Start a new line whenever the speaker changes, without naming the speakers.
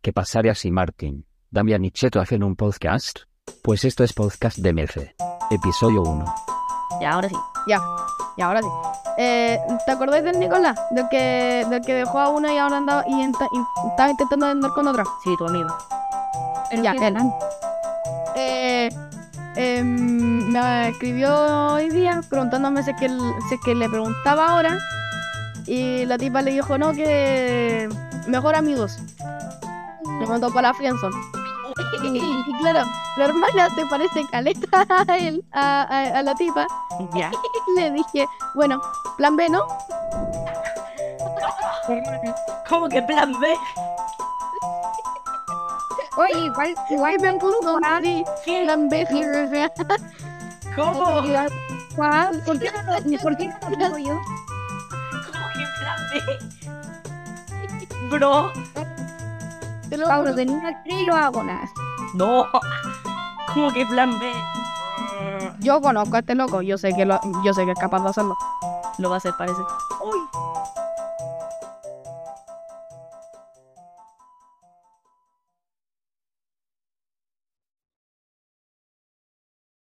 ¿Qué pasaría si Martin, Damian y Cheto hacen un podcast? Pues esto es Podcast de DMF. Episodio 1.
Ya, ahora sí.
Ya, y ahora sí. Eh, ¿Te acordáis del Nicolás? Del que, del que dejó a una y ahora andaba y, enta- y estaba intentando andar con otra.
Sí, tu amigo.
Ya, él. Eh, em, me escribió hoy día preguntándome si es, que, l- si es que le preguntaba ahora. Y la tipa le dijo, no, que mejor amigos. Le mandó para la Friendson. Y, y claro, la hermana se parece caleta a, él, a- a- a la tipa.
Ya.
Le dije, bueno, plan B, ¿no?
¿Cómo que plan B?
Oye, igual, igual me puso mal.
Sí,
¿Qué?
plan B.
¿Cómo? ¿Cómo
Juan, ¿por qué no lo, ¿por qué no lo digo yo?
que plan B? Bro,
Te lo
Pablo,
juro.
de una tres lo hago nada.
no. ¿Cómo que plan B?
Yo conozco a este loco, yo sé que lo, yo sé que es capaz de hacerlo.
Lo va a hacer, parece. ¡Uy!